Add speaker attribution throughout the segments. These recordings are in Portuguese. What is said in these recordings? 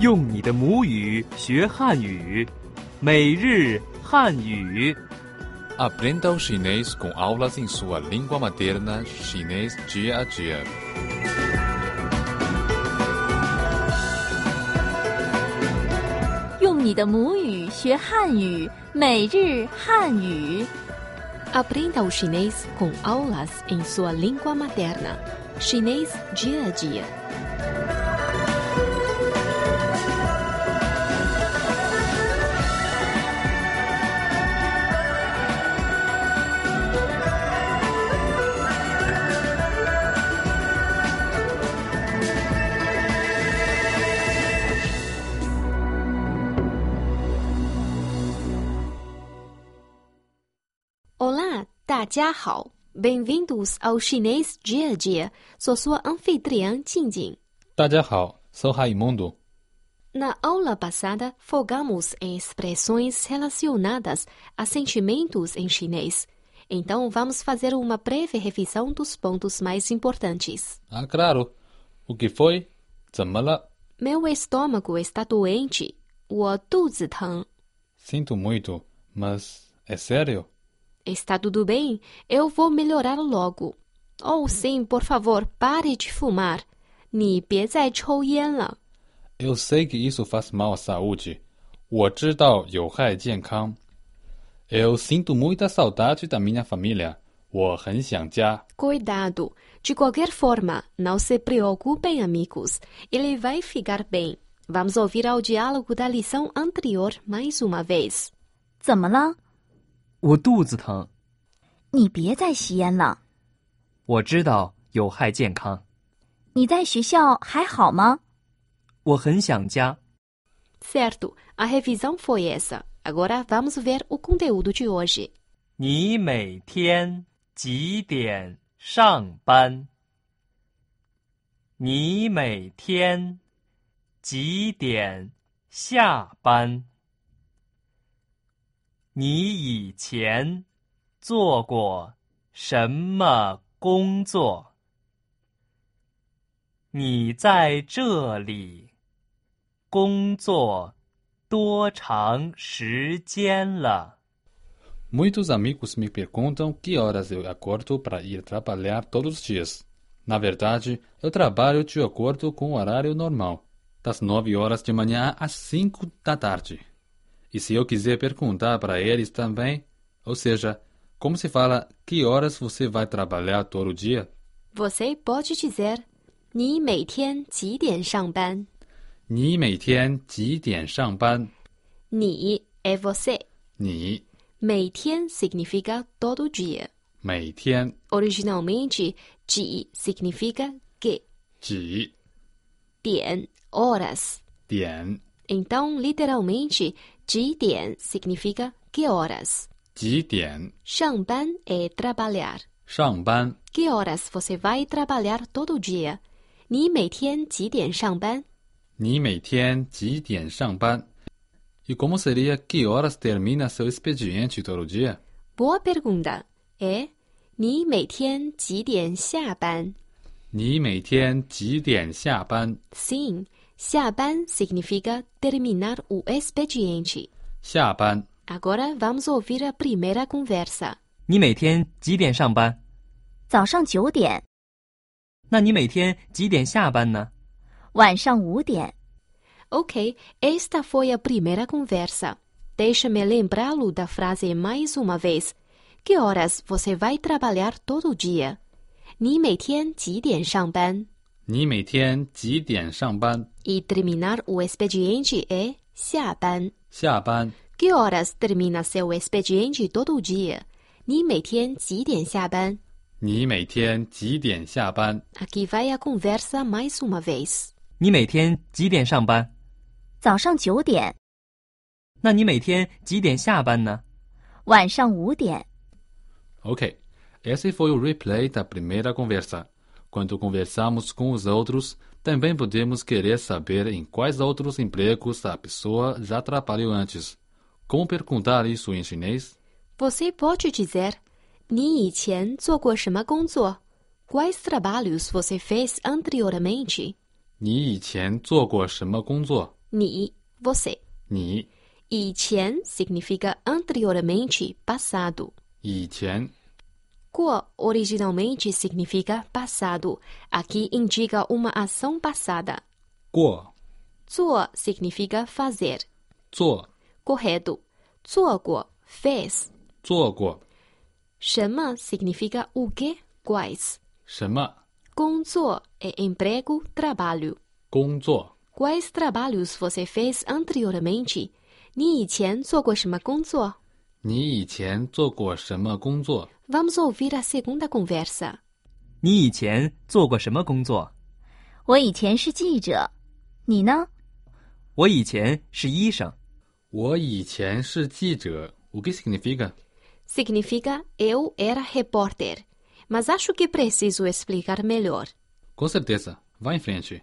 Speaker 1: 用你的母语学汉语，每日汉语。
Speaker 2: Aprenda o chinês com aulas em sua língua materna, chinês dia a dia.
Speaker 3: 用你的母语学汉语，每日汉语。
Speaker 4: Aprenda o chinês com aulas em sua língua materna, chinês dia a dia. 大家好，Bem-vindos ao chinês dia a dia。sou sua anfitriã 静静。
Speaker 2: 大家好，sou Raimundo。
Speaker 4: Na aula passada, focamos em expressões relacionadas a sentimentos em chinês. Então, vamos fazer uma breve revisão dos pontos mais importantes.
Speaker 2: Ah, claro. O que foi? 怎么了？
Speaker 4: Meu estômago está doente. 我肚子疼。
Speaker 2: Sinto muito, mas é sério?
Speaker 4: Está tudo bem? Eu vou melhorar logo. Ou oh, sim, por favor, pare de fumar. 你别再抽烟了。
Speaker 2: Eu sei que isso faz mal à saúde. 我知道有害健康。Eu sinto muita saudade da minha família. 我很想家。
Speaker 4: Cuidado. De qualquer forma, não se preocupem, amigos. Ele vai ficar bem. Vamos ouvir ao diálogo da lição anterior mais uma vez.
Speaker 5: 怎么了？
Speaker 1: 我肚子疼，
Speaker 5: 你别再吸烟了。
Speaker 1: 我知道有害健康，
Speaker 5: 你在学校还好吗？
Speaker 1: 我很想家。
Speaker 4: Certo, a revisão foi essa. Agora vamos ver o conteúdo de hoje.
Speaker 1: 你每天几点上班？你每天几点下班？你以前做过什么工作？你在这里工作多长时间了？
Speaker 2: Muitos amigos me perguntam que horas eu acordo para ir trabalhar todos os dias. Na verdade, eu trabalho de acordo com o horário normal, das nove horas de manhã às cinco da tarde. E se eu quiser perguntar para eles também, ou seja, como se fala que horas você vai trabalhar todo dia?
Speaker 4: Você pode dizer: 你每天几点上班？
Speaker 2: 你每天几点上班？
Speaker 4: 你 é você.
Speaker 2: 你
Speaker 4: 每天 significa todo dia.
Speaker 2: 每天
Speaker 4: Originalmente, 几 significa que
Speaker 2: 几
Speaker 4: 点 horas.
Speaker 2: 点
Speaker 4: Então, literalmente, 几点 significa que horas.
Speaker 2: 几点
Speaker 4: 上班 é trabalhar.
Speaker 2: 上班？
Speaker 4: Que horas você vai trabalhar todo dia? 你每天几点上班？
Speaker 2: 你每天几点上班？E como seria que horas termina seu expediente todo dia?
Speaker 4: Boa pergunta. É 你每天几点下班？
Speaker 2: 你每天几点下班？
Speaker 4: Sim, 下班 significa terminar o expediente.
Speaker 2: 下班？
Speaker 4: Agora vamos ouvir a primeira conversa.
Speaker 1: 你每天几点上班？
Speaker 5: 早上九点，
Speaker 1: 那你每天几点下班呢？
Speaker 5: 晚上五点。
Speaker 4: Ok, esta foi a primeira conversa. Deixa-me lembrá-lo da frase mais uma vez. Que horas você vai trabalhar todo dia? 你每天几点上班？
Speaker 2: 你每天几点上班？
Speaker 4: E terminar o expediente é 下班。
Speaker 2: 下班？
Speaker 4: Que horas termina seu expediente todo dia? 你每天几点下班
Speaker 2: 你每天几点下班？
Speaker 4: ？Aqui vai a conversa mais uma vez.
Speaker 1: 你每天几点上班？
Speaker 5: 早上九点，
Speaker 1: 那你每天几点下班呢？
Speaker 5: 晚上五点。
Speaker 2: Ok, esse foi o replay da primeira conversa. Quando conversamos com os outros, também podemos querer saber em quais outros empregos a pessoa já trabalhou antes. Como perguntar isso em chinês?
Speaker 4: Você pode dizer: 你以前做过什么工作？Quais trabalhos você fez anteriormente？
Speaker 2: 你以前做过什么工作？
Speaker 4: 你, você.
Speaker 2: 你
Speaker 4: 以前 significa anteriormente, passado.
Speaker 2: 以前
Speaker 4: Qua originalmente significa passado. Aqui indica uma ação passada.
Speaker 2: 过
Speaker 4: Zuo significa fazer.
Speaker 2: 做
Speaker 4: Correto. Zuoguo, fez.
Speaker 2: 做过
Speaker 4: Shema significa o que, quais.
Speaker 2: 什么
Speaker 4: Gongzuo é emprego, trabalho.
Speaker 2: 工作，
Speaker 4: Quais trabalhos você fez anteriormente? 你以前做过什么工作?
Speaker 2: 你以前做过什么工作？
Speaker 4: Vamos ouvir a segunda conversa.
Speaker 1: 你以前做过什么工作？
Speaker 5: 我以前是记者，你呢？
Speaker 1: 我以前是医生。
Speaker 2: 我以前是记者。O que significa？
Speaker 4: Significa eu era repórter, mas acho que preciso explicar melhor.
Speaker 2: Com certeza. Vá em frente.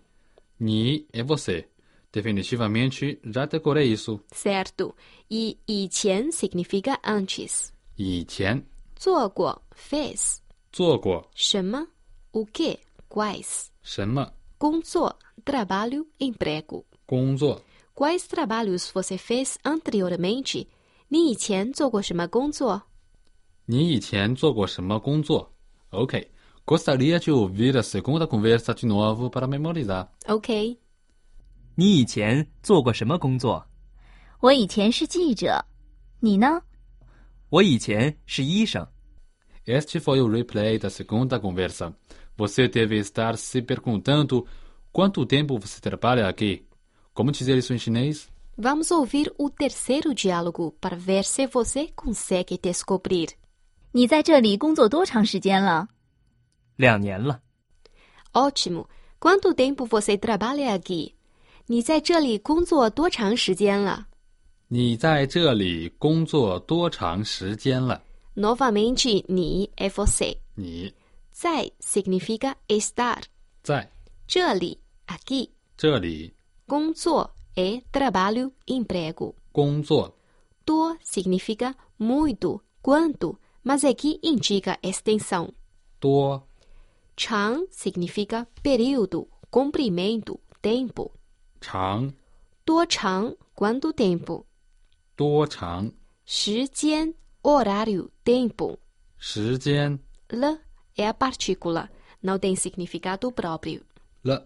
Speaker 2: Ni é você. Definitivamente já decorei isso.
Speaker 4: Certo. E 以前 significa antes.
Speaker 2: 以前
Speaker 4: 做过 fez.
Speaker 2: 做过
Speaker 4: 什么 o que quais.
Speaker 2: 什么
Speaker 4: 工作 trabalho emprego.
Speaker 2: 工作？
Speaker 4: Quais trabalhos você fez anteriormente? 你以前做过什么工作？
Speaker 2: 你以前做过什么工作？OK. Gostaria de ouvir a segunda conversa de novo para memorizar.
Speaker 4: OK.
Speaker 1: 你以前做过什么工作？
Speaker 5: 我以前是记者，你呢？
Speaker 1: 我以前是医生。
Speaker 2: Este foi o replay da segunda conversa. Você deve estar se perguntando quanto tempo você trabalha aqui. Como dizer isso em chinês?
Speaker 4: Vamos ouvir o terceiro diálogo para ver se você consegue descobrir.
Speaker 5: 你在这里工作多长时间了？
Speaker 1: 两年了，
Speaker 4: Ótimo. Quanto tempo você trabalha aqui? é 你在这里工作多长时间了？
Speaker 2: 你在这里工作多长时间了？
Speaker 4: Novamente, ni é você.
Speaker 2: 你
Speaker 4: Zai significa estar.
Speaker 2: 在
Speaker 4: 这里, aqui.
Speaker 2: 这里
Speaker 4: Gonzo é trabalho, emprego.
Speaker 2: 工作，
Speaker 4: To significa muito, quanto, mas aqui indica extensão.
Speaker 2: 多
Speaker 4: Chang significa período, comprimento, tempo.
Speaker 2: 长
Speaker 4: Tuo chang, quanto tempo.
Speaker 2: 多长
Speaker 4: Shijian, horário, tempo.
Speaker 2: 时间
Speaker 4: L é a partícula, não tem significado próprio.
Speaker 2: 了？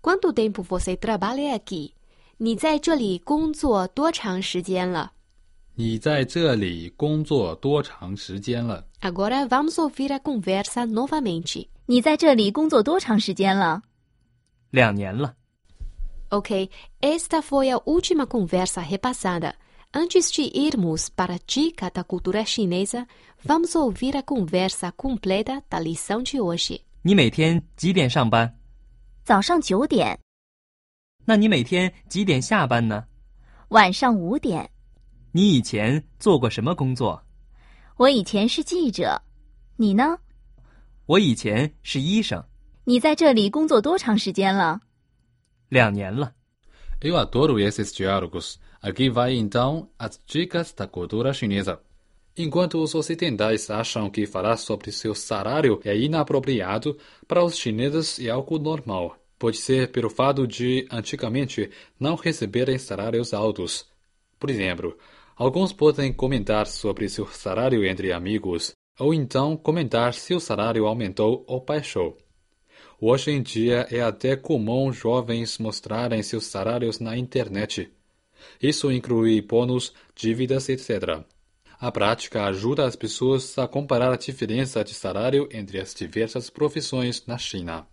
Speaker 4: Quanto tempo você trabalha aqui? 你在这里工作多长时间了?
Speaker 2: 你在这里工作多长时间了？
Speaker 4: Agora vamos ouvir a conversa novamente.
Speaker 5: 你在这里工作多长时间了？
Speaker 1: 两年了，
Speaker 4: Ok, esta foi a última conversa repassada. Antes de irmos para a dica da cultura chinesa, vamos ouvir a conversa completa da lição de hoje.
Speaker 1: 你每天几点上班？
Speaker 5: 早上九点，
Speaker 1: 那你每天几点下班呢？
Speaker 5: 晚上五点。
Speaker 1: 你以前做过什么工作？
Speaker 5: 我以前是记者，你呢？
Speaker 1: 我以前是医生。
Speaker 5: 你在这里工作多长时间了？
Speaker 1: 两年了，
Speaker 2: Eu adoro esses diálogos. Aqui vai então as dicas da cultura chinesa. Enquanto os ocidentais acham que falar sobre seu salário é inapropriado, para os chineses é algo normal. Pode ser pelo fato de, antigamente, não receberem salários altos. Por exemplo, alguns podem comentar sobre seu salário entre amigos, ou então comentar se o salário aumentou ou baixou. Hoje em dia é até comum jovens mostrarem seus salários na internet. Isso inclui bônus, dívidas, etc. A prática ajuda as pessoas a comparar a diferença de salário entre as diversas profissões na China.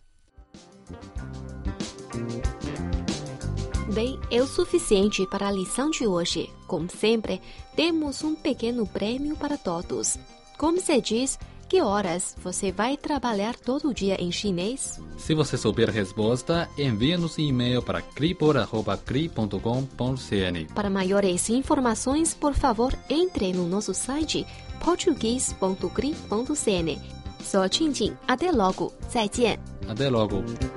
Speaker 4: Bem, é o suficiente para a lição de hoje. Como sempre, temos um pequeno prêmio para todos. Como se diz, que horas você vai trabalhar todo dia em chinês?
Speaker 2: Se você souber a resposta, envie-nos um e-mail para cripor.cri.com.cn.
Speaker 4: Para maiores informações, por favor, entre no nosso site português.cri.cn. Sou Tintin, até logo, 再见.
Speaker 2: Até logo!